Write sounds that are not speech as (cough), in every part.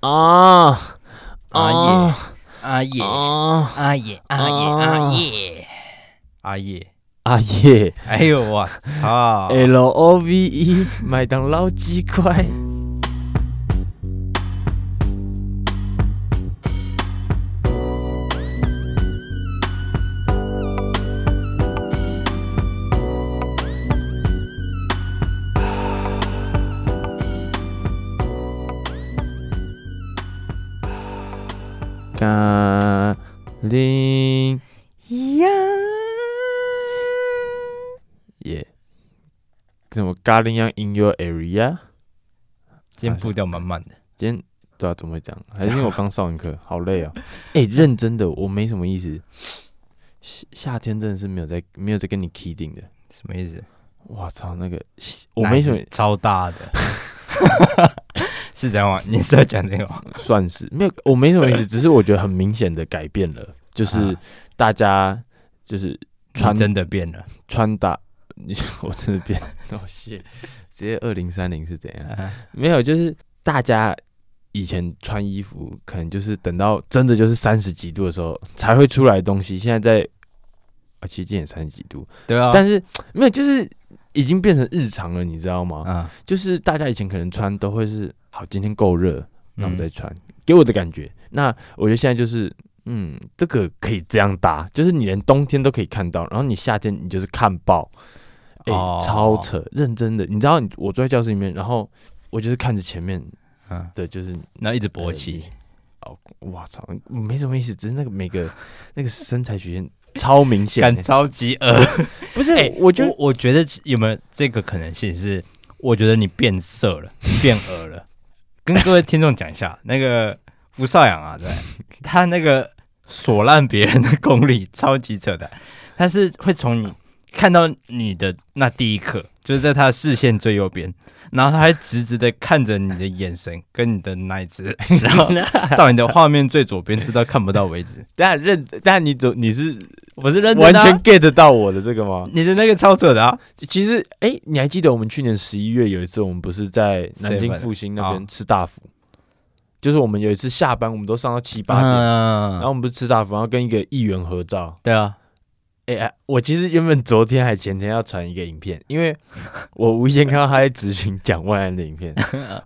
啊 Ờ, 啊耶啊阿 ờ. 啊爷阿爷阿爷阿爷阿爷，啊耶哎呦我操！À, ！L O V E 麦当劳鸡块。甘霖呀，耶！什么咖喱样 in your area？今天步调满满的，今天对啊，怎么会这样？还是因为我刚上完 (laughs) 课，好累啊！哎、认真的，我没什么意思。夏夏天真的是没有在没有在跟你 kidding 的。什么意思？我操，那个我没什么奶子超大的， (laughs) 是这样吗？你是在讲这个吗？算是没有，我没什么意 (laughs) 思，只是我觉得很明显的改变了，就是啊大家就是穿你真的变了，穿搭， (laughs) 你我真的变，哦 shit，直接二零三零是怎样？啊没有，就是大家以前穿衣服，可能就是等到真的就是三十几度的时候才会出来的东西。现在在，啊，其实今天也三十几度，对啊，但是没有，就是已经变成日常了，你知道吗？啊，就是大家以前可能穿都会是，好，今天够热，那我嗯再穿，给我的感觉。那我觉得现在就是。嗯，这个可以这样搭，就是你连冬天都可以看到，然后你夏天你就是看爆，哎、哦超扯，认真的。你知道你，我坐在教室里面，然后我就是看着前面嗯，对，就是呃那一直勃起，哦，我操，没什么意思，只是那个每个那个身材曲线超明显感欸、超级恶。不是，哎我就我我觉得有没有这个可能性是，我觉得你变色了，变恶了。跟各位听众讲一下，那个吴少阳啊，对，他那个锁烂别人的功力超级扯的，他是会从你看到你的那第一刻，就是在他的视线最右边，然后他还直直的看着你的眼神跟你的奶子， (laughs) 然后到你的画面最左边，直到看不到为止。等下认，但你走你是我是认完真的啊、全 get 到我的这个吗？你的那个超扯的啊！其实，哎、你还记得我们去年十一月有一次，我们不是在南京 Seven 复兴那啊边吃大福，就是我们有一次下班，我们都上到七八点，嗯，然后我们不是吃大福，然后跟一个议员合照，对啊，哎、哎，我其实原本昨天还前天要传一个影片，因为我无意间看到他在执行蒋万安的影 (laughs) 片，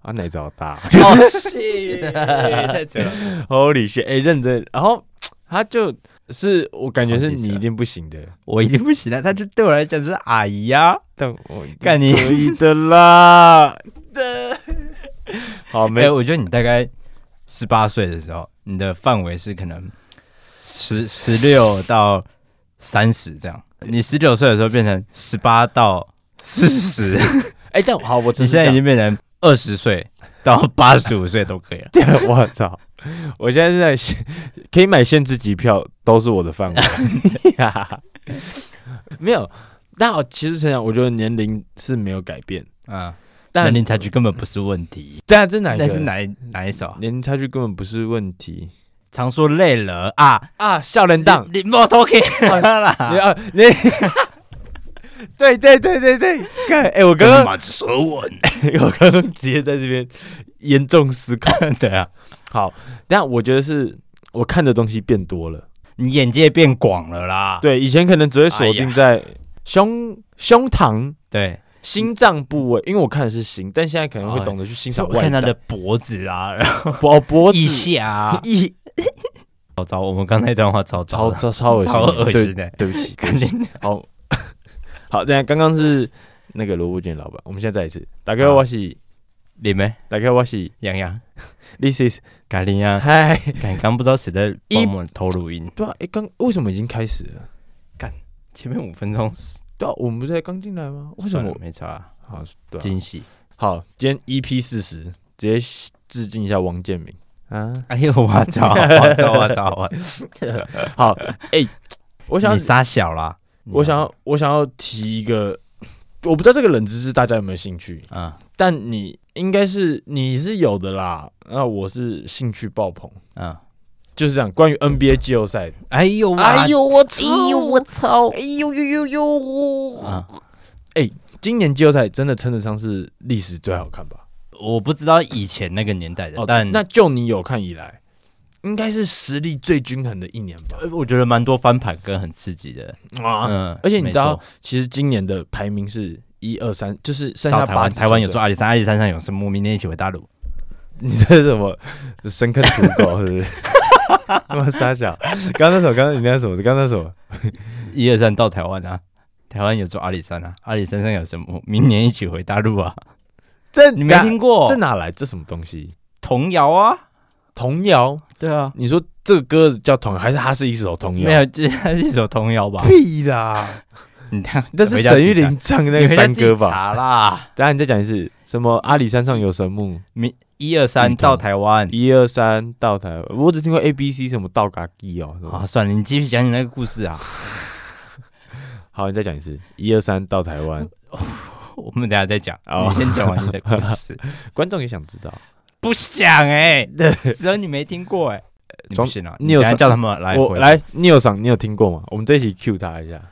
啊，奶子好大、哦，是，太扯了。 Holy shit！哎、认真，然后他就是我感觉是超级你扯一定不行的，我一定不行了，他就对我来讲就是阿姨呀、啊。但我干你可以的啦。 (laughs) 的好，没 (laughs) 没有，有我觉得你大概十八岁的时候，你的范围是可能十十六到三十这样。你十九岁的时候变成十八到四 (laughs) 十，哎、但好，我你真现在已经变成二十岁到八十五岁都可以 (laughs) 了。经，我操！我现在是在限可以买限制级票，都是我的范围。 (laughs) 没有，但好，其实想想，我觉得年龄是没有改变，啊，但年龄差距根本不是问题。对啊，这哪一那个？是哪一哪一首啊？年龄差距根本不是问题常说累了啊，啊！笑脸党，你莫偷 (laughs) 看你啦。啊，你， (laughs) 对对对对对，看，哎、我刚跟刚马子舌吻， (laughs) 我刚刚直接在这边严重思考。 (laughs) 对啊，好，但我觉得是我看的东西变多了。你眼界变广 (laughs) 了啦。对，以前可能只会锁定在胸、胸膛、对，心脏部位，因为我看的是心，但现在可能会懂得去欣赏我外看他在的，脖子啊，然后脖脖 (laughs) 子，腋下啊 (laughs) 一好糟！我们刚才那段话糟超糟的，超超恶心超的，恶对心的对不起， (laughs) 对肯不起。定好好，等一下刚刚是那个萝卜卷老板，我们现在再一次，大哥好我是 (laughs) 你们大哥我是洋洋，this is 咖喱啊，嗨。刚刚不知道谁在帮我们投录音， (laughs) 对啊，哎、刚为什么已经开始了？前面五分钟对啊，我们不是才刚进来吗？为什算了么？没差啊，好，对、啊，惊喜！好，今天 EP 四十，直接致敬一下王建民啊。哎呦，我操！我操！我操！我操 (laughs) 好，哎、我想你要，傻小啦！啊我想要，我想要提一个，我不知道这个冷知识大家有没有兴趣，啊但你应该是你是有的啦。那我是兴趣爆棚，啊！就是这样。关于 NBA 季后赛，哎呦！哎呦！呦我操！操！哎呦呦呦呦！啊！今年季后赛真的称得上是历史最好看吧？我不知道以前那个年代的，哦，但那就你有看以来，应该是实力最均衡的一年吧？呃我觉得蛮多翻盘跟很刺激的。啊，嗯，而且你知没道错，，其实今年的排名是一二三，就是剩到下台八湾支球队。台湾有做阿里山，阿里山上有什么？明天一起回大陆。 (laughs) 你这是什么深坑土狗是不是？ (laughs) 他妈傻小！刚刚那首，刚刚你那首，刚刚那首，一二三到台湾啊，台湾有做阿里山啊，阿里山上有什么？明年一起回大陆啊， (laughs) 这你没听过这哪来？这什么东西？童谣啊？童谣？对啊，你说这个歌叫童谣，还是它是一首童谣？没有，这 (laughs) 是一首童谣吧？屁啦！你看， (laughs) 这是沈玉琳唱的那个那山歌吧？查啦，等一下你再讲一次，什么阿里山上有神木，明一二三到台湾一二三到台湾，我只听过 A B C 什么到嘎基哦。什么啊，算了，你继续讲你那个故事啊，好，你再讲一次，一二三到台湾，我们等一下再讲，哦你先讲完你的故事。观众也想知道。不想哎、只有你没听过哎、你不 (laughs) 装行啊，你有等一下上叫他们来我回来，你有赏，你有听过吗？我们这一起 Q 他一下。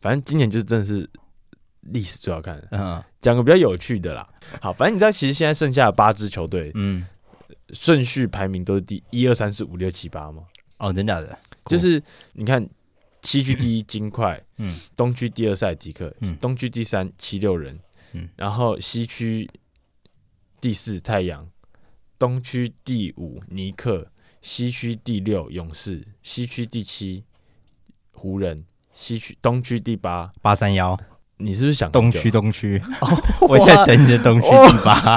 反正今年就是真的是历史最好看的，嗯讲个比较有趣的啦。好，反正你知道，其实现在剩下的八支球队嗯顺序排名都是第一、二、三、四、五、六、七、八嘛。哦，真的假的？Cool 就是你看，西区第一金块， (laughs) 嗯东区第二赛迪克嗯，东区第三七六人嗯，然后西区第四太阳，东区第五尼克，西区第六勇士，西区第七湖人，西区东区第八，八三幺你是不是想东很久区？东区，哦 (laughs) 我在等你的东区第 (laughs) 八。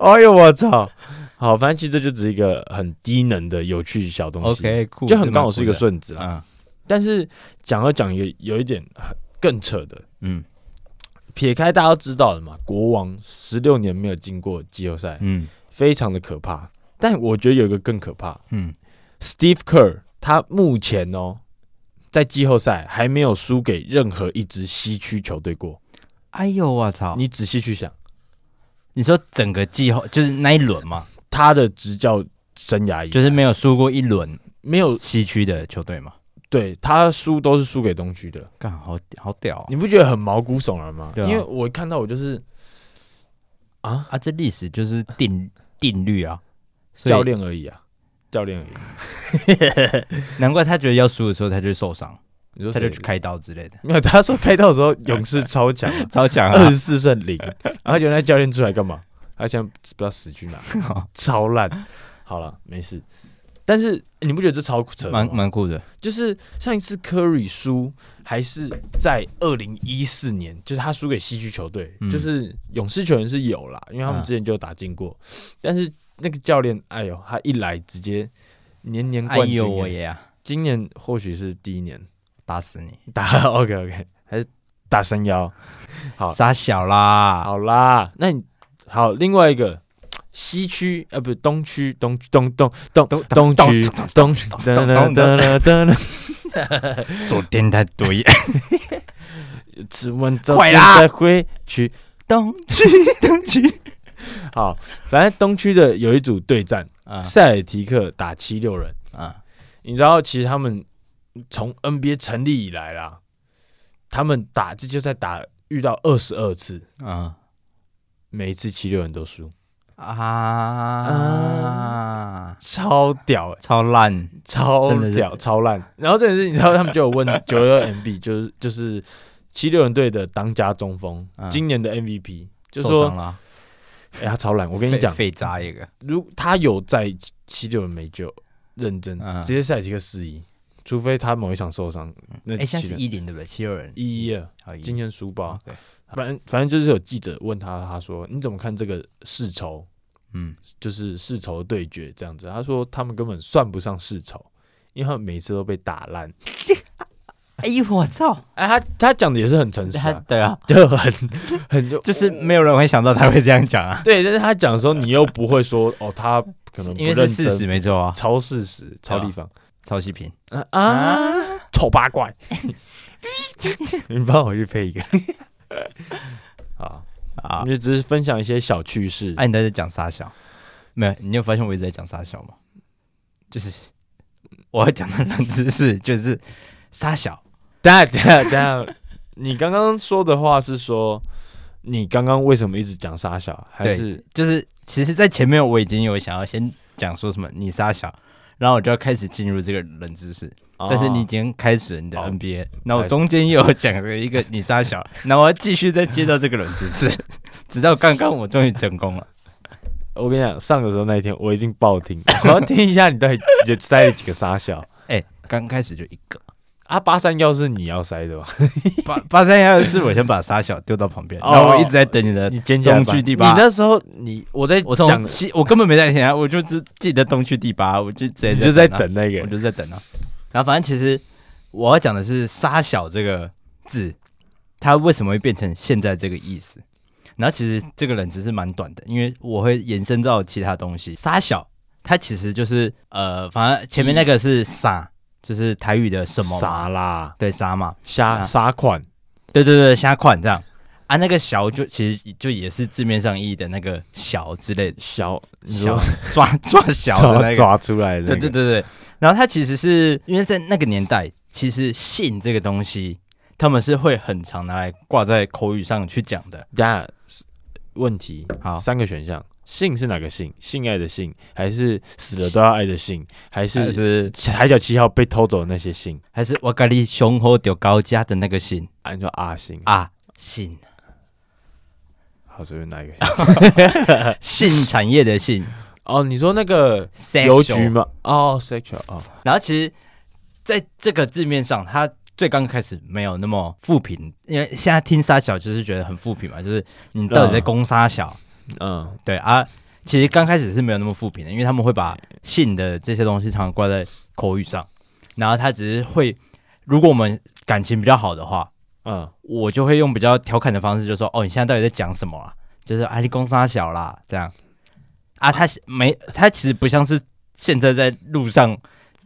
哎呦我操！ (laughs) 好，反正其实这就只是一个很低能的有趣小东西 OK，酷，就很这蛮刚好是一个酷的顺子啊。啊，但是讲要讲有有一点很更扯的，嗯撇开大家都知道的嘛，国王十六年没有进过季后赛，嗯非常的可怕。但我觉得有一个更可怕嗯， ，Steve Kerr 他目前哦，在季后赛还没有输给任何一支西区球队过。哎呦我操！你你仔细去想，你说整个季后就是那一轮嘛，他的执教生涯以来就是没有输过一轮没有西区的球队嘛，对他输都是输给东区的，干好好屌啊！你不觉得很毛骨悚然吗？对啊因为我看到我就是啊，啊，这历史就是定定律啊，所以教练而已啊，教练而已。难怪他觉得要输的时候他就会受伤，你说他谁就去开刀之类的，没有？他说开到的时候勇 (laughs) 士超强啊，超强 (laughs) (laughs) 二十四胜零，然后就那教练出来干嘛？他现在不知道死去哪， (laughs) 啊，超烂。好了，没事。但是你不觉得这超扯的吗？蛮蛮酷的。就是上一次科瑞输还是在二零一四年，就是他输给西区球队，嗯就是勇士球员是有啦，因为他们嗯之前就有打进过。但是那个教练，哎呦，他一来直接年年哎冠军、呦我哎爷啊，今年或许是第一年打死你！打 (laughs) OK OK，还是打哦神妖。好傻小啦，好啦，那你好，另外一个西区呃，不是东区，东东东东东东东区，东区，噔东噔东噔噔噔，昨天太 (laughs) 对，只问这快啦再回去。东区东区好，反正东区的有一组对战，啊塞尔提克打七六人，啊，你知道，其实他们从 NBA 成立以来啦，他们打这就在打遇到二十二次，啊每一次七六人都输，啊！超屌欸超烂，超真的是屌超烂。然后这件事，你知道他们就有 (laughs) 问九二 MB，就是就是七六人队的当家中锋，嗯今年的 MVP，就受说伤了。哎、他超烂。我我跟你讲，废渣一个，如他有在七六人没救，认真、嗯直接赛季克四一，除非他某一场受伤。那哎，现在七是六一零对不对？七六人一一二，好一嗯今天输爆。 OK，反正反正就是有记者问他，他说你怎么看这个世仇？嗯，就是世仇对决这样子。他说他们根本算不上世仇，因为他们每次都被打烂。哎呦我操，哎、他他讲的也是很诚实、他啊，对啊，就很 (laughs) 很就就是没有人会想到他会这样讲啊，对，但是他讲的时候，你又不会说哦，他可能不因为认是真，事实没错啊，超事实，超地方超细评，啊啊，丑八怪， (laughs) 你帮我去配一 (laughs) 个好，啊我，们就只是分享一些小趣事。哎你在讲傻小，没有，你有发现我一直在讲傻小吗？就是我要讲的冷知识就是傻小，等一下等一下等一下，你刚刚说的话是说你刚刚为什么一直讲傻小？还对是就是其实，在前面我已经有想要先讲说什么你杀小，然后我就要开始进入这个冷知识，但是你已哦经开始了你的哦 NBA，那、我开始中间又有讲了一个你杀小，那我要继续再接到这个冷知识， (laughs) 直到刚刚我终于成功了。我跟你讲，上的时候那一天我已经爆听， (laughs) 我要听一下你到 (laughs) 底也塞了几个傻小哎、刚开始就一个啊？八三幺是你要塞的吧？八八三幺是我先把杀小丢到旁边，哦然后我一直在等你的你捡起来吧东区第八你那时候你我在我讲从，西，我根本没在听啊，我就只记得东区第八，我就直接你就在啊，等那我个就在等啊。然后反正其实我要讲的是“沙小”这个字，它为什么会变成现在这个意思？然后其实这个冷知识蛮短的，因为我会延伸到其他东西。沙小，它其实就是呃，反正前面那个是沙，就是台语的什么嘛傻啦，对沙嘛，瞎啊傻款对对对，虾款这样啊。那个小就其实就也是字面上意义的那个小之类的。小，你小说抓 (laughs) 抓小的那抓抓个，出来的那对个，对对对。然后它其实是因为在那个年代，其实性这个东西，他们是会很常拿来挂在口语上去讲的。等下是问题好三个选项，性是哪个性？性爱的性，还是死了都要爱的性，还还是是海角七号被偷走的那些性？还是我咖喱胸口丢高加的那个性啊，你说啊性，啊，性好随便拿一个性。呃性产业的性，哦，你说那个邮局 sexual 吗？哦，sexual 哦，然后其实在这个字面上，它最刚开始没有那么负评，因为现在听沙小就是觉得很负评嘛，就是你到底在攻沙小，嗯，对啊，其实刚开始是没有那么负评的，因为他们会把性的这些东西常常挂在口语上，然后他只是会，如果我们感情比较好的话，嗯，我就会用比较调侃的方式，就说哦，你现在到底在讲什么啊？就是啊，你公杀小啦，这样啊，他是没，他其实不像是现在在路上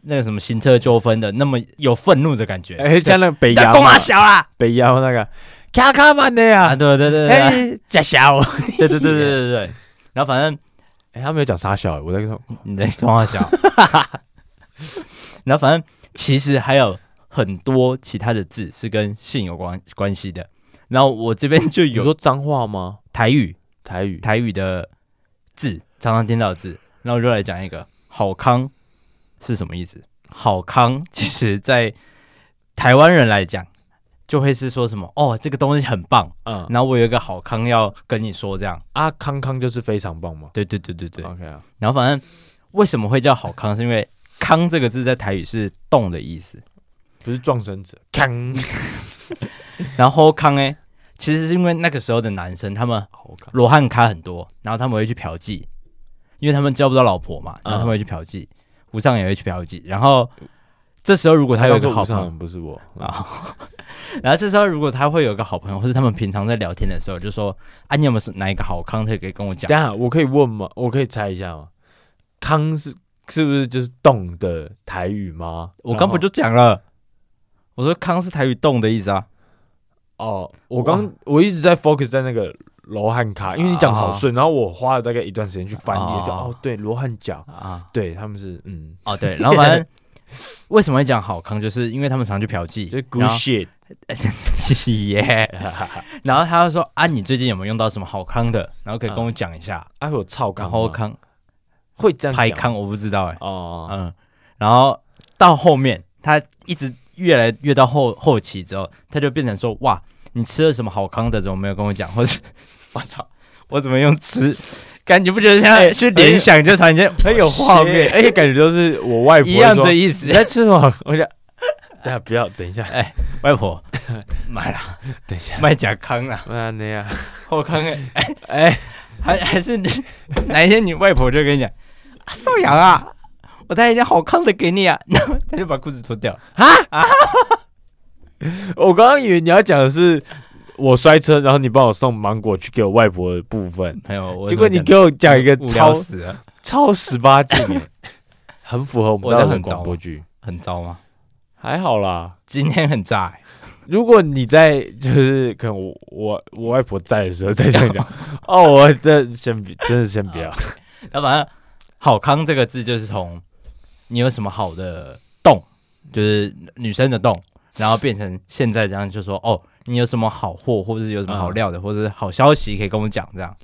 那个什么行车纠纷的那么有愤怒的感觉，哎，像那个北你洋在公啊嘛阿小啦，北洋那个卡卡曼的啊， (laughs) 呀，对对对对对哎，假小，对对对对对对，然后反正 (laughs) 哎，他没有讲傻小，我在说你在装啊小。然后反正其实还有很多其他的字是跟性有关关系的。然后我这边就你有说脏话吗？台语台语台语的字，常常听到的字。然后我就来讲一个“好康”是什么意思？“好康”其实在台湾人来讲，就会是说什么哦，这个东西很棒。嗯，然后我有一个好康要跟你说，这样。啊，康康就是非常棒嘛。对对对对对。 OK 啊，然后反正为什么会叫好康，是因为“康”这个字在台语是动的意思，不是撞生子，康，然后“康”哎，其实是因为那个时候的男生他们好看，罗汉咖很多，然后他们会去嫖妓，因为他们交不到老婆嘛，然后他们会去嫖妓，吴尚也会去嫖妓，然后这时候如果他有一个好朋友。不是我啊，啊，然后这时候如果他会有个好朋友，或者他们平常在聊天的时候，就说：“啊，你有没有哪一个好康可以可以跟我讲等一下我可以问吗？我可以猜一下吗？康是是不是就是动的台语吗？？”我刚不就讲了，我说“康”是台语“动”的意思啊。然后哦，我啊刚我一直在 focus 在那个罗汉卡，因为你讲得好顺，然后我花了大概一段时间去翻哦译，就哦，对，罗汉脚，啊，对他们是嗯，哦，对，然后反 (laughs) 正为什么会讲好康，就是因为他们常去嫖妓，就是 good 然后 (laughs) shit，耶，然后他就说啊，你最近有没有用到什么好康的？然后可以跟我讲一下。哎，我操然康吗，后康会这样拍讲康我不知道哎、哦，嗯，然后到后面他一直越来越到后后期之后，他就变成说哇，你吃了什么好康的，怎么没有跟我讲？或是 (laughs) 我操，我怎么用吃？感觉不觉得现在去联想，就突然间很有画面，而且感觉都哎是我外婆哎哦一样说的意思你。在吃什 (laughs) 么？我想，等一啊下不要，等一下，外婆 (laughs) 买了， (laughs) 等一下，卖甲康了。啊那样，后康哎、哎，还还是 (laughs) 你哪一天你外婆就跟你讲，啊少阳啊，我带一件好康的给你啊， (laughs) 然后他就把裤子脱掉。 (laughs) 我刚刚以为你要讲的是我摔车，然后你帮我送芒果去给我外婆的部分，没有，结果你给我讲一个无超聊死了，超十八禁耶，很符合我们我这当时的样很糟广播剧，很糟吗？还好啦。今天很炸、欸，如果你在就是可能我我我外婆在的时候再这 (laughs) 样讲，哦，我这先别，真的先不要。然后反正“好康”这个字就是从你有什么好的洞，就是女生的洞，然后变成现在这样就说哦，你有什么好货，或者是有什么好料的，或者是好消息可以跟我们讲这样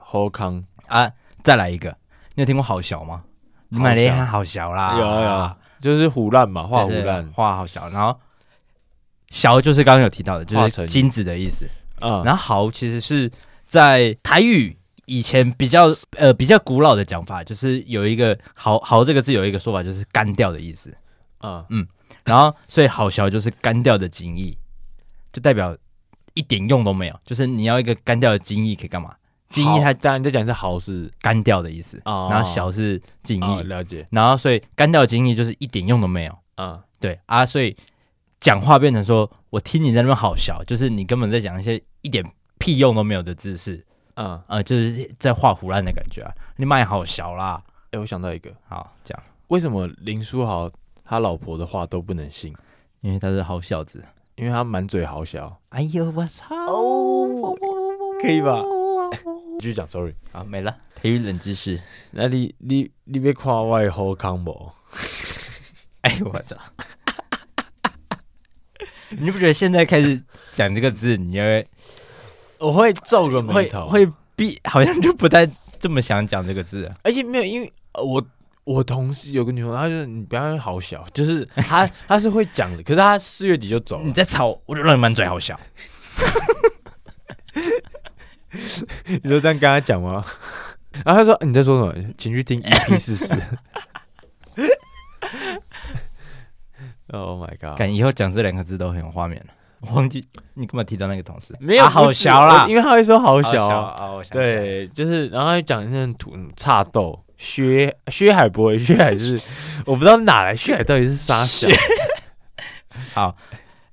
后康啊。再来一个，你有听过好小吗？你买了一好小行好小啦，有有，就是胡乱嘛，画胡对对乱画好小，然后小就是刚刚有提到的，就化是成金子的意思。啊，然后好其实是在台语以前比较呃比较古老的讲法，就是有一个好好这个字有一个说法，就是干掉的意思。啊然后所以好小就是干掉的精益，就代表一点用都没有。就是你要一个干掉的精益可以干嘛？精益它好当然在讲是好事干掉的意思，啊，然后小是精哦益，了解然后所以干掉的精益就是一点用都没有。啊，对啊，所以讲话变成说我听你在那边好小，就是你根本在讲一些一点屁用都没有的知识。嗯，呃，就是在画胡乱的感觉啊。你卖好小啦，哎，我想到一个，好这样，为什么林书豪他老婆的话都不能信？因为他是好小子。因为他满嘴好小，哎呦，我操！哦可以吧？继续讲，sorry。好，没了，培育冷知识。那你你你别看我的好康无？哎呦，我操！ (laughs) 你不觉得现在开始讲这个字，你就会我会皱个眉会头，会避， (laughs) 好像就不太这么想讲这个字啊了。而且没有，因为呃我我同事有个女朋友，她就是你不要用好小，就是 (laughs) 她她是会讲的，可是她四月底就走你了，在吵，我就让你满嘴好小。你就这样跟她讲吗？ (laughs) 然后她说你在说什么？请去 (laughs) 听 EP 四十。Oh my god！感以后讲这两个字都很有画面了。我忘记你干嘛提到那个同事？没有、啊好不是小啦我，因为她会说好好小啊，啊！我想起来了对，就是然后她就讲那种土差豆。薛薛海不会，薛海是我不知道哪来薛海到底是啥小，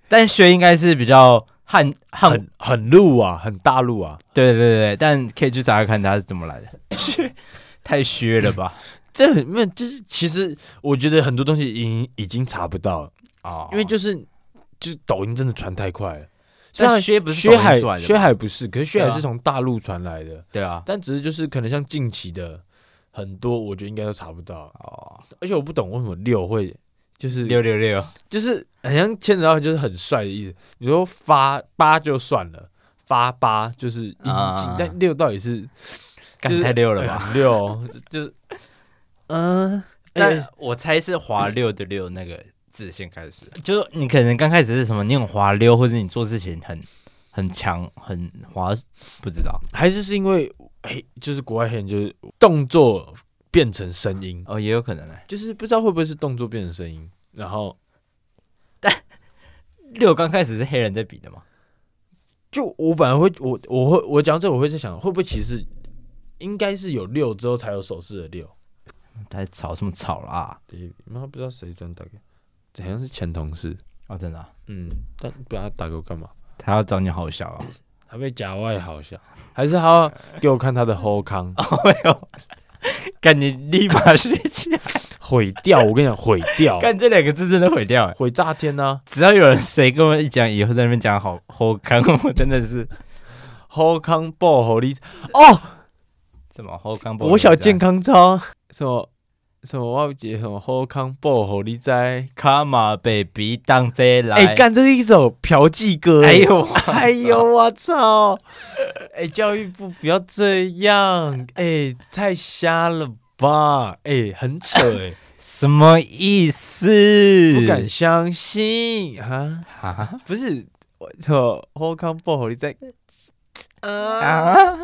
但薛应该是比较汉汉，很很路啊，很大路啊，对对对对，但可以去查查看他是怎么来的。 (laughs) 太削了吧？这很没有，就是其实我觉得很多东西已经已经查不到了， (laughs) 哦，因为就是就是抖音真的传太快了。虽但然削不是抖薛音海出来的吗薛海不是，可是薛对啊海是从大陆传来的，对啊，但只是就是可能像近期的很多，我觉得应该都查不到。哦，而且我不懂为什么六会就是六六六，就是很像牵扯到就是很帅的意思。你说发八就算了，发八就是已经进，啊但六到底是干太六了呃吧？很六 (laughs) 哦，啊就就嗯，但我猜是滑溜的溜那个字先开始，就是你可能刚开始是什么，你很滑溜，或者你做事情很很强，很滑，不知道。还是是因为黑，就是国外黑人就是动作变成声音，哦，也有可能呢。就是不知道会不会是动作变成声音，然后六刚开始是黑人在比的嘛？就我反而会我我会我讲到这我会在想，会不会其实应该是有六之后才有手势的六，在吵什么吵啦？对，你妈不知道谁专打给，好像是前同事，哦，真的啊，嗯，但不然他打给我干嘛？他要找你好笑啊！他被夹外好笑，还是他要给我看他的后康没有， (laughs) 干你立马哦学起 (laughs) 来， (laughs) 毁掉？我跟你讲，毁 (laughs) 掉，干这两个字真的毁掉欸。毁炸天啊呐、只要有人谁跟我一讲，以后在那边讲好好看， (laughs) 我真的是啊！后康爆火力哦，怎么好看不好看？国小健康操，什么什么我姐什么后康爆火力在， ，Come on baby，当这来。哎、干这是一首嫖妓歌，哎，呦， (laughs) 哎呦我操， (laughs) 哎、教育部不要这样，哎、太瞎了吧，哎、很扯 (laughs) 哎、什么意思？不敢相信啊，啊不是我操，后康爆火力在，啊啊 (laughs)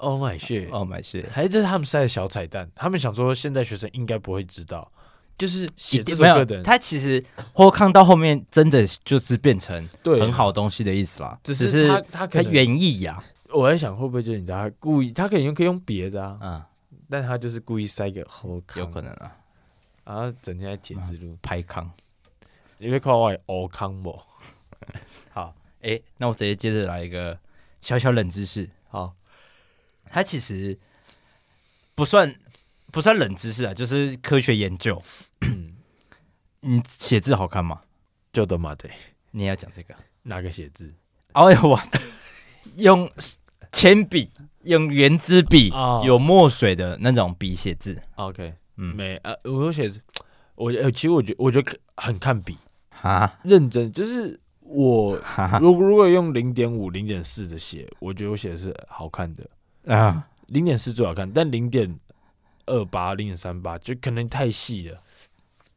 ，Oh my shit，、 ！Oh my shit！还是这是他们塞的小彩蛋，他们想说现在学生应该不会知道。就是写这首没有歌的，人，他其实后康到后面真的就是变成对很好东西的意思啦，只是是他他它可能，原意呀，我在想会不会就是你知道他故意，他可以用可以用别的啊，嗯，但他就是故意塞给后康，有可能啊，然后整天在铁之路，拍康。你会靠我欧康不？好，诶，那我直接接着来一个小小冷知识，好，它其实不算不算冷知识啊，就是科学 (clears throat) 研究。嗯你写字好看吗？就他妈的你也要讲这个？哪个写字哎呦我，用铅笔、用圆珠笔、哦有墨水的那种笔写字， ？OK，嗯没呃，我有写字，我呃其实我觉我觉得很看笔，啊，认真就是我哈哈如如果用零点五、零点四的写，我觉得我写的是好看的，啊，零点四最好看，但零点二八、零点三八就可能太细了，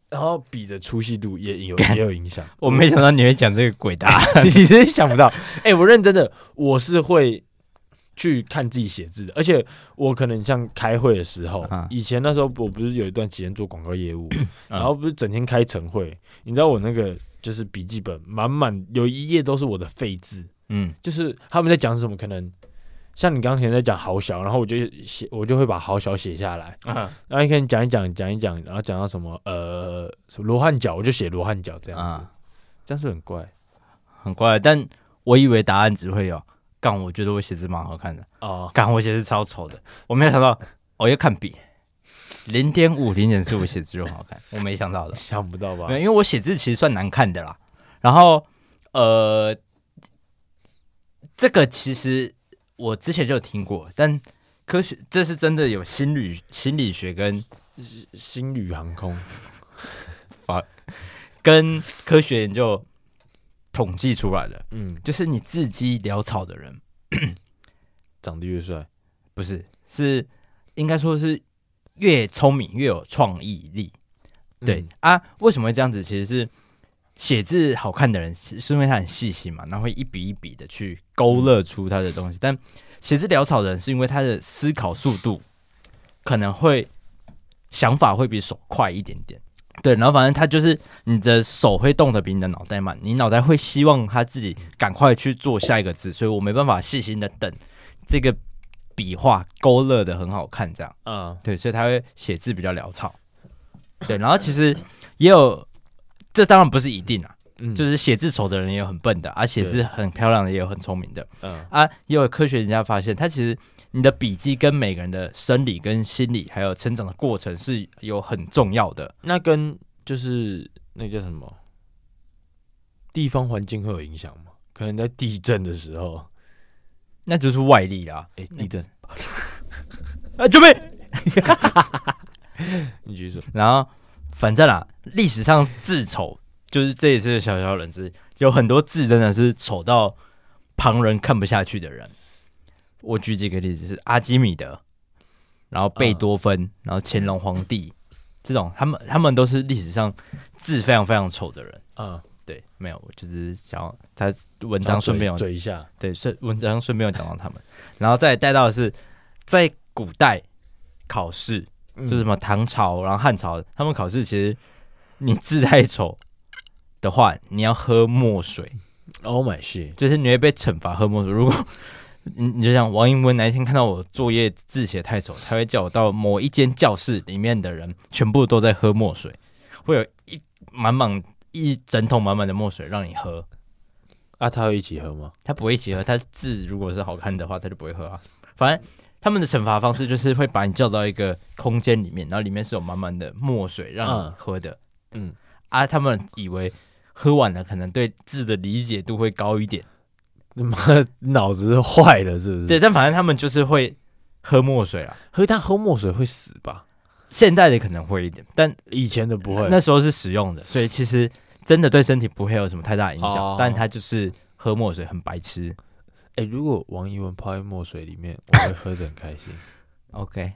然后笔的粗细度也有也有影响。我没想到你会讲这个鬼答，你真想不到。哎、我认真的，我是会去看自己写字的，而且我可能像开会的时候啊，嗯以前那时候我不是有一段期间做广告业务，然后不是整天开晨会，你知道我那个就是笔记本满满有一页都是我的废字，嗯就是他们在讲什么，可能像你刚才在讲好小，然后我就写，我就会把好小写下来，啊然后你可能讲一讲，讲一讲，然后讲到什么呃什么罗汉脚，我就写罗汉脚这样子，啊，这样是不是很怪很怪，但我以为答案只会有干，我觉得我写字蛮好看的，哦。干我写字超丑的，我没有想到，我要看笔，零点五零点四我写字就很好看，我没想到的，想不到吧没？有因为我写字其实算难看的啦，然后呃，这个其实我之前就有听过，但科学这是真的有心理心理学跟星宇航空跟科学研究统计出来的，嗯，就是你字迹潦草的人，长得越帅，不是是应该说是越聪明越有创意力。对、嗯啊，为什么会这样子？其实是写字好看的人，是是因为他很细心嘛，然后会一笔一笔的去勾勒出他的东西。但写字潦草的人，是因为他的思考速度可能会想法会比手快一点点。对，然后反正他就是你的手会动的比你的脑袋慢，你脑袋会希望他自己赶快去做下一个字，所以我没办法细心的等这个笔画勾勒的很好看这样。啊，对，所以他会写字比较潦草。对，然后其实也有，这当然不是一定啊，嗯就是写字丑的人也有很笨的，啊，写字很漂亮的也有很聪明的，嗯啊，也有科学家发现，他其实你的笔迹跟每个人的生理跟心理还有成长的过程是有很重要的。那跟就是那叫什么地方环境会有影响吗？可能在地震的时候，那就是外力啦，哎、地震，啊，准备。你继续说，然后反正啊，历史上字丑就是这也是小小人知，有很多字真的是丑到旁人看不下去的人。我举几个例子是阿基米德，然后贝多芬，然后乾隆皇帝这种，他们他们都是历史上字非常非常丑的人。嗯，对，没有，我就是想要他文然章后顺便有哦嘴嘴一下，对，顺文章顺便有讲到他们，然后再带到的是在古代考试，嗯就是什么唐朝，然后汉朝，他们考试其实你字太丑的话，你要喝墨水， Oh my shit，就是你会被惩罚喝墨水。如果你你就像王英文哪一天看到我作业字写太丑，他会叫我到某一间教室里面的人全部都在喝墨水，会有一满满一整桶满满的墨水让你喝。啊，他会一起喝吗？他不会一起喝，他字如果是好看的话，他就不会喝啊。反正他们的惩罚方式就是会把你叫到一个空间里面，然后里面是有满满的墨水让你嗯喝的。嗯，啊，他们以为喝完了可能对字的理解度会高一嗯点，他妈脑子是坏了是不是？对，，但反正他们就是会喝墨水啦。喝他喝墨水会死吧？现代的可能会一点，但以前的不会，那时候是使用的，所以其实真的对身体不会有什么太大的影响。哦但他就是喝墨水很白痴。哎、如果王一文泡在墨水里面，我会喝的很开心。 OK，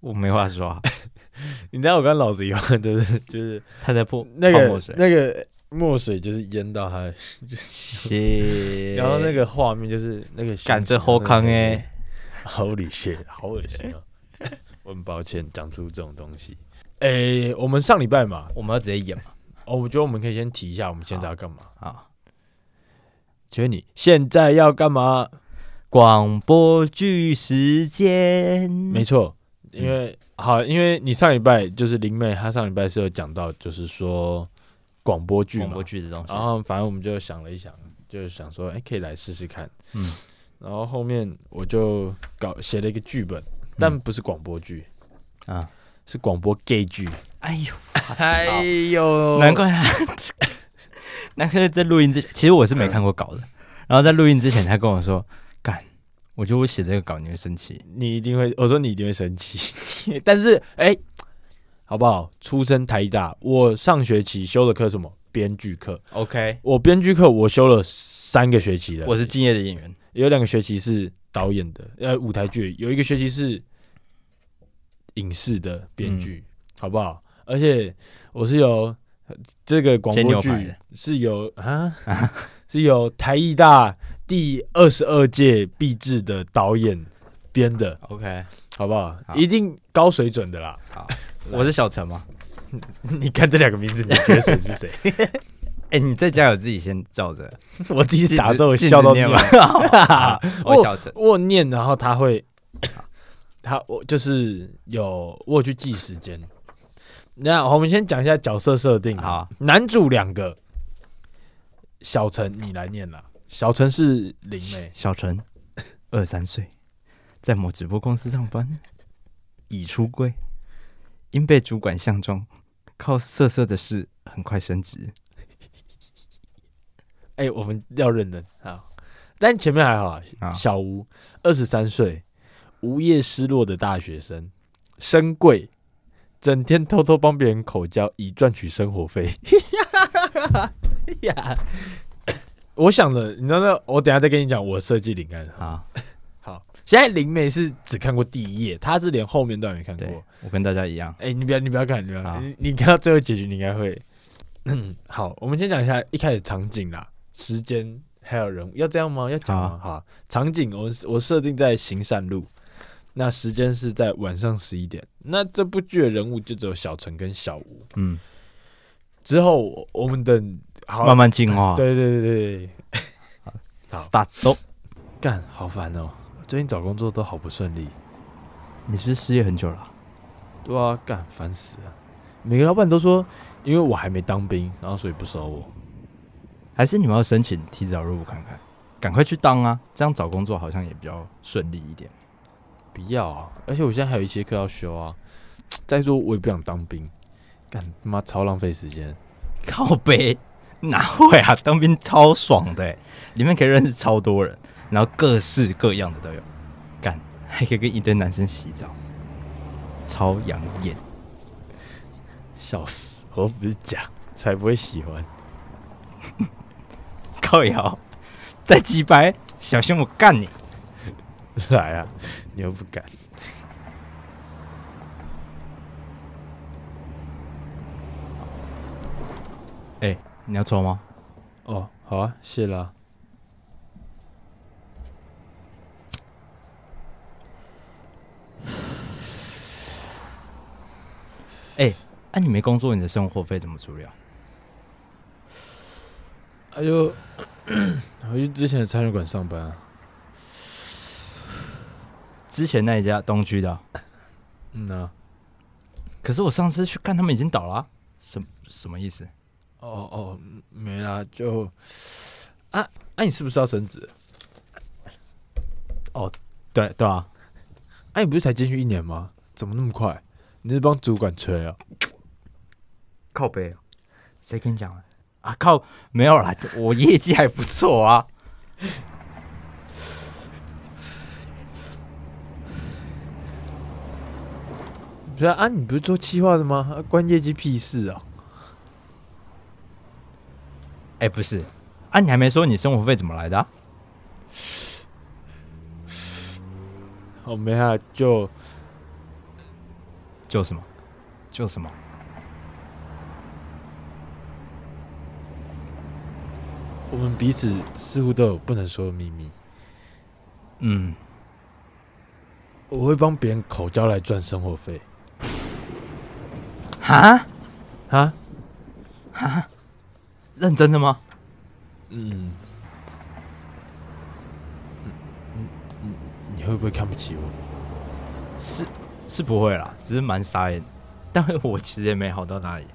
我没话说、啊， (laughs) 你知道我跟老子一样，就是就是他在泼 (laughs) 那泡个墨水，那个墨水就是淹到他， (laughs) 谢然后那个画面就是那个赶着后康哎、哎，好恶心，好恶心 (laughs) 啊！我很抱歉讲出这种东西。诶、我们上礼拜嘛，我们要直接演嘛哦，我觉得我们可以先提一下，我们现在要干嘛？啊！请问你现在要干嘛？广播剧时间，没错，因为、好，因为你上礼拜就是林妹，她上礼拜是有讲到，就是说广播剧嘛，广播剧哦的东西然，后反正我们就想了一想，就是想说，哎、可以来试试看。嗯，然后后面我就搞写了一个剧本，但不是广播剧，啊，是广播 gay 剧。哎呦，哎呦难怪他， (laughs) 难怪在录音之前，其实我是没看过稿的。然后在录音之前，他跟我说：“干，我觉得我写这个稿你会生气。你一定会，我说你一定会生气。但是，哎、好不好？出身台大，我上学期修的课什么编剧课。 OK，我编剧课我修了三个学期了，我是敬业的演员，有两个学期是导演的，呃，舞台剧有一个学期是影视的编嗯剧，好不好？而且我是由呃这个广牵播牛排剧的是由 (laughs) 啊，是由台艺大第二十二届毕制的导演编的， OK，好不好？好一定高水准的啦！ (laughs) 好，我是小陈嘛。你看这两个名字，你觉得谁是谁？ (laughs) 哎、你在家有自己先照着，我自己打禁止字禁止笑到念尿吗。 (laughs) 好我小陈，我念，然后他会，他我就是有我有去记时间。那我们先讲一下角色设定啊好，啊男主两个，小陈你来念啦。小陈是灵妹，小陈，二三岁，在某直播公司上班，已出柜，因被主管相中，靠色色的事很快升职。哎、我们要认人啊。但前面还好啊。啊小吴二十三岁，无业失落的大学生，身贵，整天偷偷帮别人口交以赚取生活 (laughs) 费。呀，我想了，你知道那，我等一下再跟你讲我设计灵感。啊，好，现在灵媒是只看过第一页，他是连后面都还没看过对。我跟大家一样，哎、你不要，你不要看，你不要好看，你你看到最后结局，你应该会。好，我们先讲一下一开始场景啦，时间还有人物，要这样吗？要讲吗？啊好，场景我我设定在行善路，那时间是在晚上十一点。那这部剧的人物就只有小陈跟小吴。嗯，之后我我们等好慢慢进化。对对对对，好，start 走。干好烦哦、最近找工作都好不顺利。你是不是失业很久了啊、对啊，干烦死了。每个老板都说，因为我还没当兵，然后所以不收我。还是你们要申请提早入伍看看？赶快去当啊，这样找工作好像也比较顺利一点。不要啊！而且我现在还有一节课要修啊。再说我也不想当兵，干他妈超浪费时间。靠背哪会啊？当兵超爽的欸，里面可以认识超多人，然后各式各样的都有，干还可以跟一堆男生洗澡，超养眼。笑死！我不是讲，才不会喜欢。靠摇，再几百，小心我干你！来啊， (laughs) 你又不敢。哎、你要抽吗？哦，好啊，谢啦、啊，你没工作，你的生活费怎么处理啊？哎呦， (clears throat) 回去之前的餐旅馆上班、啊。之前那一家东区的啊、嗯呐、可是我上次去看，他们已经倒了啊、什什么意思？哦哦，没啦，就啊，哎、你是不是要升职？对对啊，哎、你不是才进去一年吗？怎么那么快？你是帮主管吹啊？靠背、哦谁跟你讲的？啊靠，没有啦，我业绩还不错啊。不是啊啊，你不是做企划的吗？啊关业绩屁事啊！哎、不是，啊，你还没说你生活费怎么来的、啊？哦，没啊，就就什么？就什么？我们彼此似乎都有不能说的秘密。嗯，我会帮别人口交来赚生活费哈，啊？认真的吗？嗯，你嗯你会不会看不起我？是是不会啦，只是蛮傻眼。 (laughs) 但我其实也没好到哪里，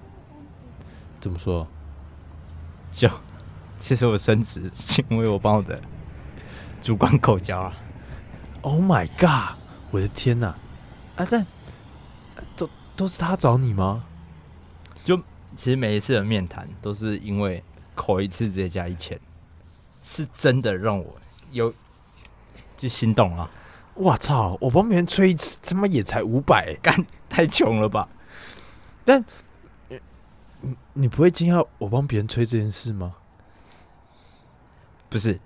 怎么说？就其实我升职是因为我帮我的主管口交啊。 Oh my god！我的天呐！啊，但啊都都是他找你吗？就其实每一次的面谈都是因为口一次直接加一千，是真的让我有就心动啊了，我操！我帮别人吹一次，他妈也才五百、太穷了吧？你不会惊讶我帮别人吹这件事吗？不是，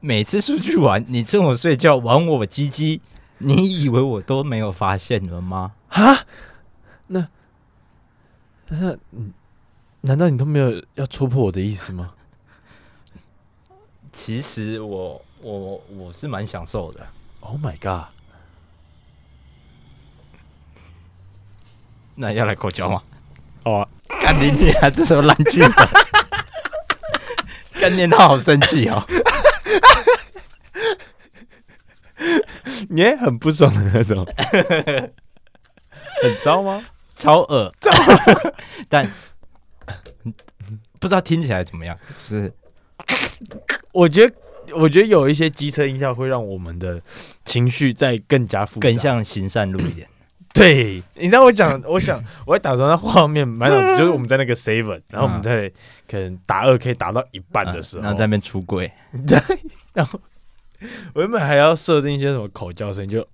每次出去玩，你趁我睡觉玩我鸡鸡，你以为我都没有发现了吗？哈，那那你难道你都没有要戳破我的意思吗？其实我我我是蛮享受的， Oh my god！那要来口交吗？好啊，干你你还这首烂剧本， (laughs) 干你他好生气哦！你也很不爽的那种， (laughs) 很糟吗？超恶， (laughs) 但不知道听起来怎么样，就是我觉得，我觉得有一些机车音效会让我们的情绪再更加复杂。更像行善路一点。对，你知道我讲，我想，我还打算在画面满脑 (laughs) 子就是我们在那个 seven，然后我们在可能打二 k 打到一半的时候，嗯然后在那边出柜，我原本还要设定一些什么口叫声，就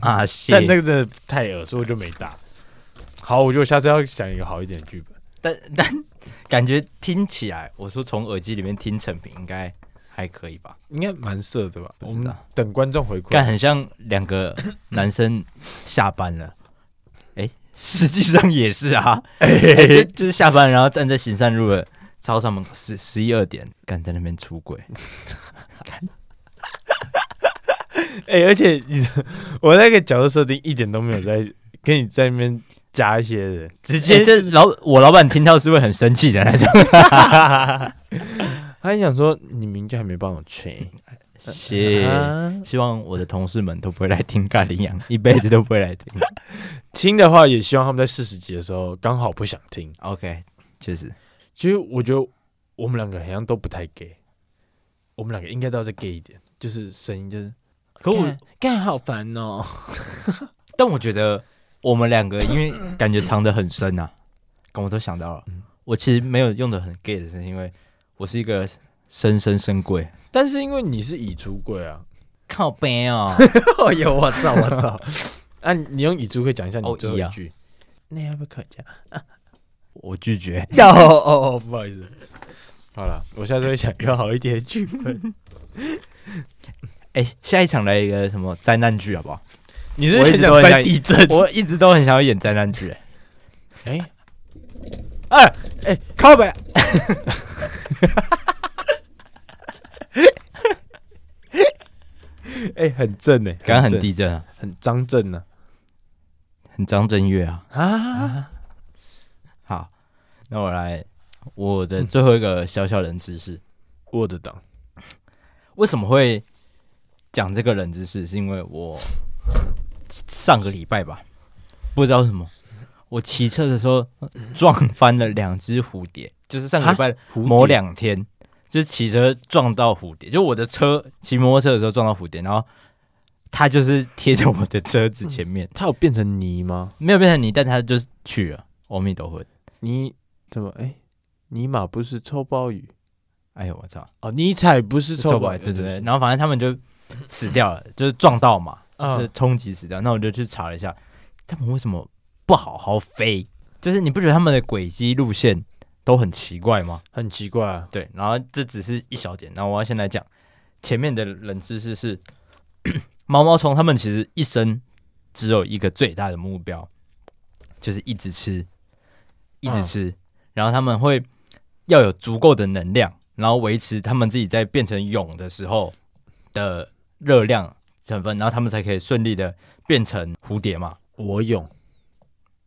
啊谢，但那个真的太恶，所以我就没打。好，我觉得我下次要想一个好一点的剧本。但 (laughs) 但感觉听起来，我说从耳机里面听成品应该还可以吧？应该蛮色的吧？不知我道们等观众回干馈。很像两个男生下班了，哎、实际上也是啊，就就是下班然后站在行善路的操场门口十十一二点，干在那边出轨， (laughs) 哎、而且你我那个角色设定一点都没有在跟你在那边加一些的，直哎接这老我老板听到是会很生气的那种。他还想说你明就还没帮我吹，谢，啊希望我的同事们都不会来听咖喱羊，一辈子都不会来听。听的话也希望他们在四十集的时候刚好不想听。 OK，确实，其实我觉得我们两个好像都不太 gay，我们两个应该都要再 gay 一点，就是声音就是。可我干干好烦哦。 (laughs) 但我觉得我们两个因为感觉藏得很深啊， (coughs) 刚我都想到了，我其实没有用的很 gay 的声音，因为我是一个深深深贵，但是因为你是已出柜啊，靠背哦， (laughs) 哦有我操我操， (laughs) 啊你你用已出柜讲一下你哦最后一一啊句，那要不要可讲？ (laughs) 我拒绝。哦哦哦，不好意思，好了，我下次会想一个好一点的剧 (laughs) 本。哎、下一场来一个什么灾难剧好不好？你是 (laughs) 我一直很想都很塞想地震？ (laughs) 我一直都很想要演灾难剧、哎哎，哎哎，靠背，哎，很正哎，刚刚很正，地震啊，很张啊正呢很张震岳啊。啊！好，那我来我的最后一个小小冷知识，我的档，为什么会讲这个冷知识？是因为我上个礼拜吧，不知道为什么，我骑车的时候呃撞翻了两只蝴蝶，就是上个礼拜蝴蝶某两天，就是骑车撞到蝴蝶，就我的车骑摩托车的时候撞到蝴蝶，然后它就是贴着我的车子前面，它有变成泥吗？ (laughs) 没有变成泥，但它就是去了。阿弥陀佛，泥怎么？哎，尼玛不是臭鲍鱼哎呦我操，哦，尼采不是臭臭吧鲍？鱼，对对对，对，然后反正他们就死掉了，就是撞到嘛，啊就是，冲击死掉。那我就去查了一下，他们为什么不好好飞？就是你不觉得他们的轨迹路线都很奇怪吗？很奇怪啊，对，然后这只是一小点。然后我要先来讲前面的冷知识是， (clears throat) 毛毛虫它们其实一生只有一个最大的目标，就是一直吃，一直嗯吃。然后他们会要有足够的能量，然后维持他们自己在变成蛹的时候的热量成分，然后他们才可以顺利的变成蝴蝶嘛。我勇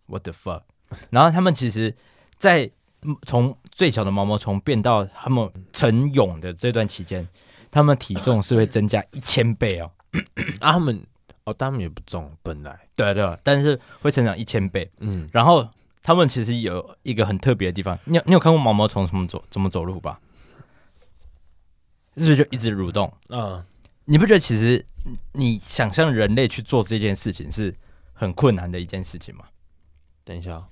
What the fuck？然 (laughs) 后他们其实，在嗯从最小的毛毛虫变到他们成蛹的这段期间，他们体重是会增加一千倍哦。 (laughs) 啊， (coughs) 他们哦，他们也不重，本来，对啊对啊，但是会成长一千倍。嗯，然后他们其实有一个很特别的地方，你有你有看过毛毛虫怎么走怎么走路吧？是不是就一直蠕动？啊，你不觉得其实你你想象人类去做这件事情是很困难的一件事情吗？等一下哦，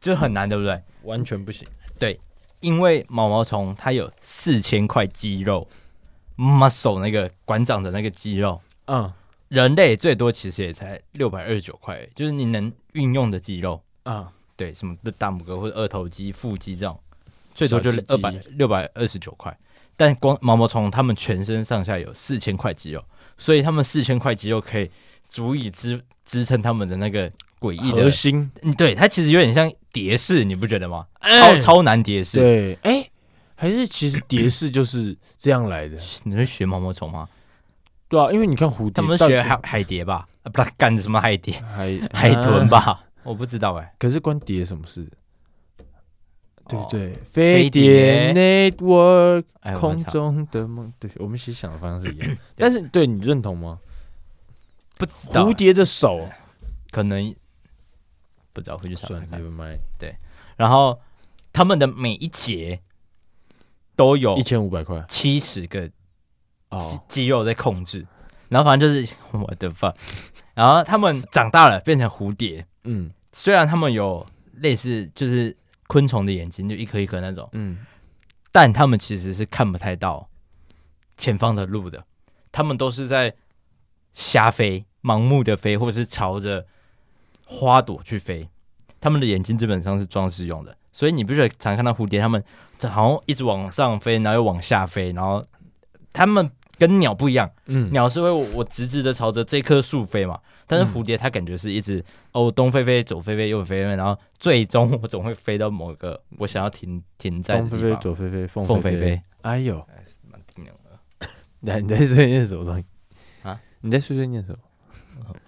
就很难，对不对？完全不行。因为毛毛虫它有四千块肌肉，muscle 那个馆长的那个肌肉，嗯，人类最多其实也才六百二十九块而已，就是你能运用的肌肉，啊，对，什么的大拇哥或者二头肌、腹肌这种，最多就是小二鸡百鸡六百二十九块。但光毛毛虫他们全身上下有四千块肌肉，所以他们四千块肌肉可以足以支支撑他们的那个诡异的核，心嗯，对，它其实有点像蝶式，你不觉得吗？超哎超难蝶式，对，哎、还是其实蝶式就是这样来的，你是学毛毛虫吗？对啊，因为你看蝴蝶，他们到底学海海蝶吧？啊， (laughs) 不，干什么海蝶？海海豚、啊吧？我不知道哎、可是关蝶什么事？对不对？哦飞飞碟 network 哎，我空们操中的梦，对我们其实想的方向是一样，但是对你认同吗？不知道欸、蝴蝶的手，可能不知道回去查查算了看。 ，never mind，然后他们的每一节都有一千五百块七十个肌哦，肌肉在控制，然后反正就是我的 fuck。然后他们长大了变成蝴蝶，嗯虽然他们有类似就是昆虫的眼睛，就一颗一颗那种，嗯，但他们其实是看不太到前方的路的，他们都是在瞎飞、盲目的飞，或者是朝着花朵去飞。他们的眼睛基本上是装饰用的，所以你不觉得常看到蝴蝶，他们好像一直往上飞，然后又往下飞，然后他们跟鸟不一样，嗯，鸟是会我我直直的朝着这棵树飞嘛，但是嗯蝴蝶它感觉是一直、哦东飞飞左飞飞右飞飞，然后最终我总会飞到某个我想要停停在的东地飞方。飞，左飞飞，凤凤飞飞飞，哎呦，蛮低能的， (laughs) 你你在碎碎念什么东西啊？你在碎碎念什么？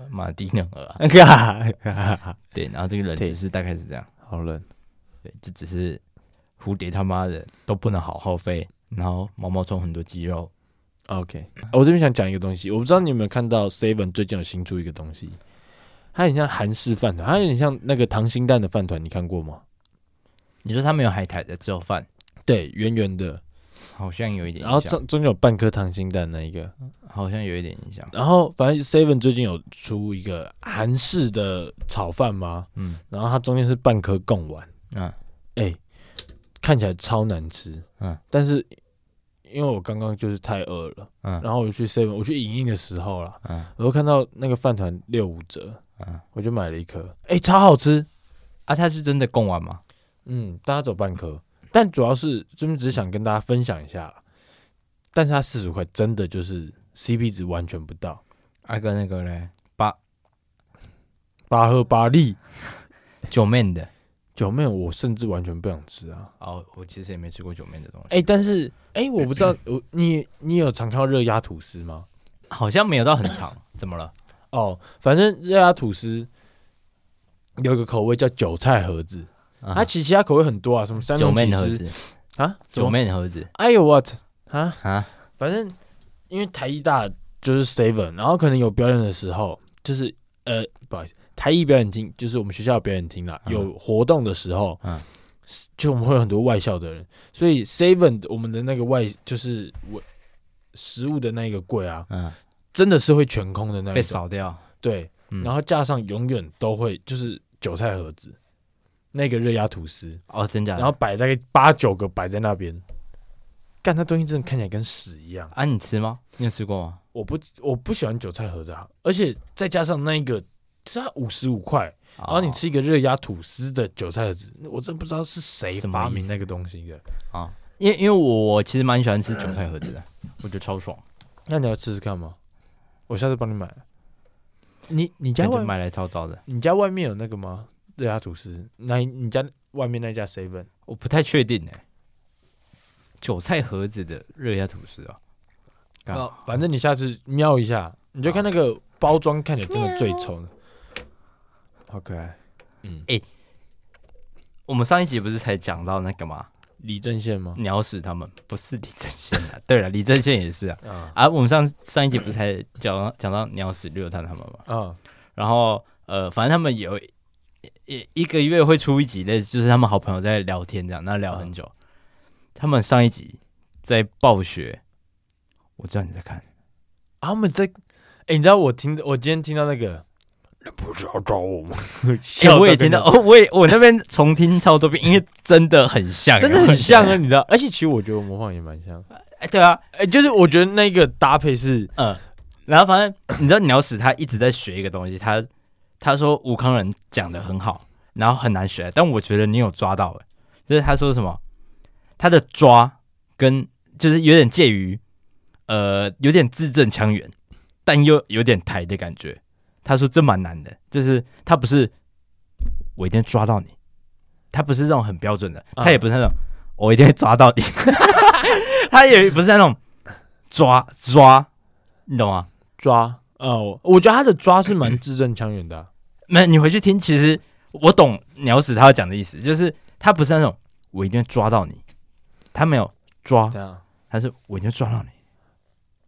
蛮低能的啊。对，然后这个人对只是大概是这样， (laughs) 好冷，对，就只是蝴蝶他妈的都不能好好飞，然后毛毛虫很多肌肉， OK，我这边想讲一个东西，我不知道你有没有看到 Seven 最近有新出一个东西，它很像韩式饭团，它有点像那个溏心蛋的饭团，你看过吗？你说他没有海苔的只有饭，对，圆圆的，好像有一点然后影响，中中间有半颗溏心蛋那一个，好像有一点影响，然后反正 Seven 最近有出一个韩式的炒饭吗？嗯然后它中间是半颗贡丸，嗯哎、看起来超难吃，嗯嗯，但是因为我刚刚就是太饿了，嗯然后我去 Seven，我去影印的时候啦，嗯我就看到那个饭团六五折，嗯，我就买了一颗，哎、超好吃。啊，他是真的贡丸吗？嗯，大家走半颗，但主要是真的只是想跟大家分享一下啦。但是它四十块真的就是 CP 值完全不到，啊跟那个嘞巴赫巴利九妹的，九妹，我甚至完全不想吃啊。哦，我其实也没吃过九妹的东西，哎、但是哎、我不知道，我你你有常看到热压吐司吗？好像没有到很 (laughs) 长，怎么了？哦，反正热压吐司有一个口味叫韭菜盒子，它、啊其其他口味很多啊，什么三九明妹起的盒司子，啊，什么九妹的盒子哎呦 what 啊，啊，反正因为台艺大就是 seven，然后可能有表演的时候，就是呃，不好意思，台艺表演厅就是我们学校的表演厅啦，嗯有活动的时候，嗯是就我们会有很多外校的人，所以 seven 我们的那个外就是我食物的那个柜啊，嗯，真的是会全空的那一被种，扫掉，对，嗯然后架上永远都会就是韭菜盒子，那个热压吐司，哦，真假的？然后摆大概八九个摆在那边，干那东西真的看起来跟屎一样。啊，你吃吗？你有吃过吗？我不我不喜欢韭菜盒子啊，而且再加上那一个，就是它五十五块，然然后你吃一个热压吐司的韭菜盒子，我真不知道是谁什么发意明思那个东西的。啊，因为因为我其实蛮喜欢吃韭菜盒子的，我觉得超爽，那你要吃吃看吗？我下次帮你买。你你家感外觉买来超糟的。你家外面有那个吗？热压吐司？那你家外面那家 seven？我不太确定哎、韭菜盒子的热压吐司啊，干哦反正你下次瞄一下，你就看那个包装看起来真的最丑的。好可爱，我们上一集不是才讲到那个嘛，李正宪吗？鸟屎他们不是李正宪啊，对了，李正宪也是啊。啊啊，我们上上一集不是才讲到讲到鸟屎六探他们嘛，啊然后呃，反正他们有一一个月会出一集类似，就是他们好朋友在聊天这样，那聊很久。他们上一集在暴雪，我知道你在看，啊他们在，哎、你知道我听，我今天听到那个，你不是要找我吗？哎、 (laughs) 笑我也到跟听到那，哦，我也我那边重听超多遍，因为真的很 (laughs) 像，真的很像啊，你知道？而且其实我觉得我模仿也蛮像，哎、对啊，哎、就是我觉得那个搭配是，嗯然后反正你知道鸟屎他一直在学一个东西，他他说吴康仁讲的很好，然后很难学，但我觉得你有抓到欸就是他说什么，他的抓跟就是有点介于呃有点字正腔圆，但又有点台的感觉。他说这蛮难的，就是他不是我一定抓到你，他不是那种很标准的，嗯他也不是那种、我一定会抓到你， (laughs) 他也不是那种抓抓，你懂吗？抓哦，我觉得他的抓是蛮字正腔圆的 (laughs) 啊、没，你回去听，其实我懂鸟屎他要讲的意思，就是他不是那种我一定抓到你，他没有抓，这样，他是我一定抓到你。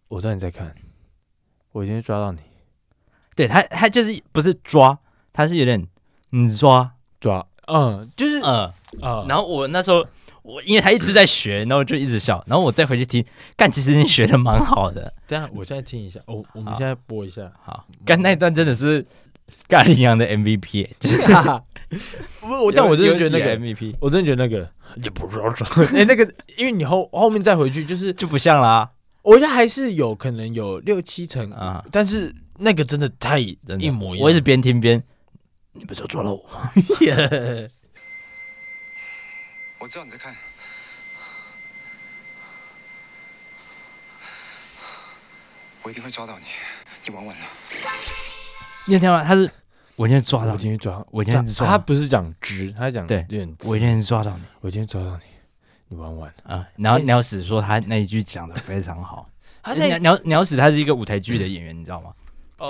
我知道你在看，我已经抓到你，对他，他就是不是抓，他是有点你抓，抓，嗯，就是嗯、呃。啊，然后我那时候我因为他一直在学，然后我就一直笑，然后我再回去听，干，其实你学的蛮好的，等一下我现在听一下，我我们好现在播一 (laughs) 下，好，干那一段真的是盖里昂的 MVP，就是我我但我真的觉得那个有史以来 MVP 我真的觉得那个也不知道抓，哎、那个，因为你后后面再回去，就是就不像啦我觉得还是有可能有六七成，啊，但是那个真的太真的一模一样。我一直边听边，你不是要抓到我吗？耶我知道你在看。我一定会抓到你，你玩完了。你有听到吗？他是 (laughs) 我今天抓啊到我你，今天抓，我今天抓他不是讲直，他讲对有点直，我今天抓到你我今天抓到你，你玩完了。啊！然后鸟屎说他那一句讲的非常 (laughs) 好。他鸟那鸟鸟屎他是一个舞台剧的演员，你知道吗？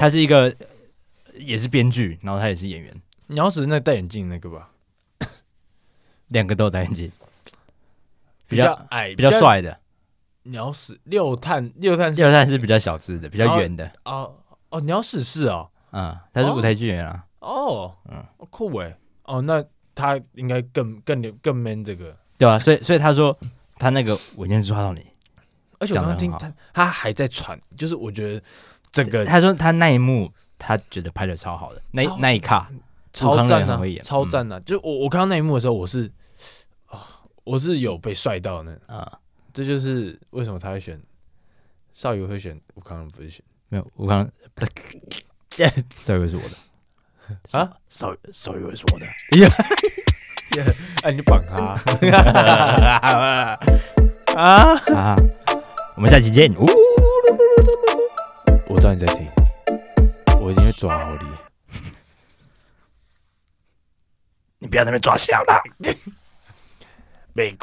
他是一个呃也是编剧，然后他也是演员，鸟屎那戴眼镜那个吧，两个都有戴眼镜，比较较哎矮，比较。帅的，鸟屎六探六探第是二站是比较小只的，比较圆的。哦哦，鸟屎是哦嗯，他是舞台剧演员啊，哦，嗯哦酷哎哦，那他应该更更更 man 这个。对啊，所以所以他说他那个我今天抓到你，而且我刚刚讲听得很他他还在喘，就是我觉得整个他说他那一幕他觉得拍的超好的，那超那一卡超武康赞人啊很会，演嗯超赞啊！就我我看到那一幕的时候，我是啊，我是有被帅到呢。啊，这就是为什么他会选少爷会选吴康仁，不是选没有，我刚刚 sorry 会是我的。啊？ ，sorry sorry 会是我的。哎，你绑 아.他啊！啊，我们下期见。呜我知道你在听，我一定会抓好你。你不要在那边抓小了。美国。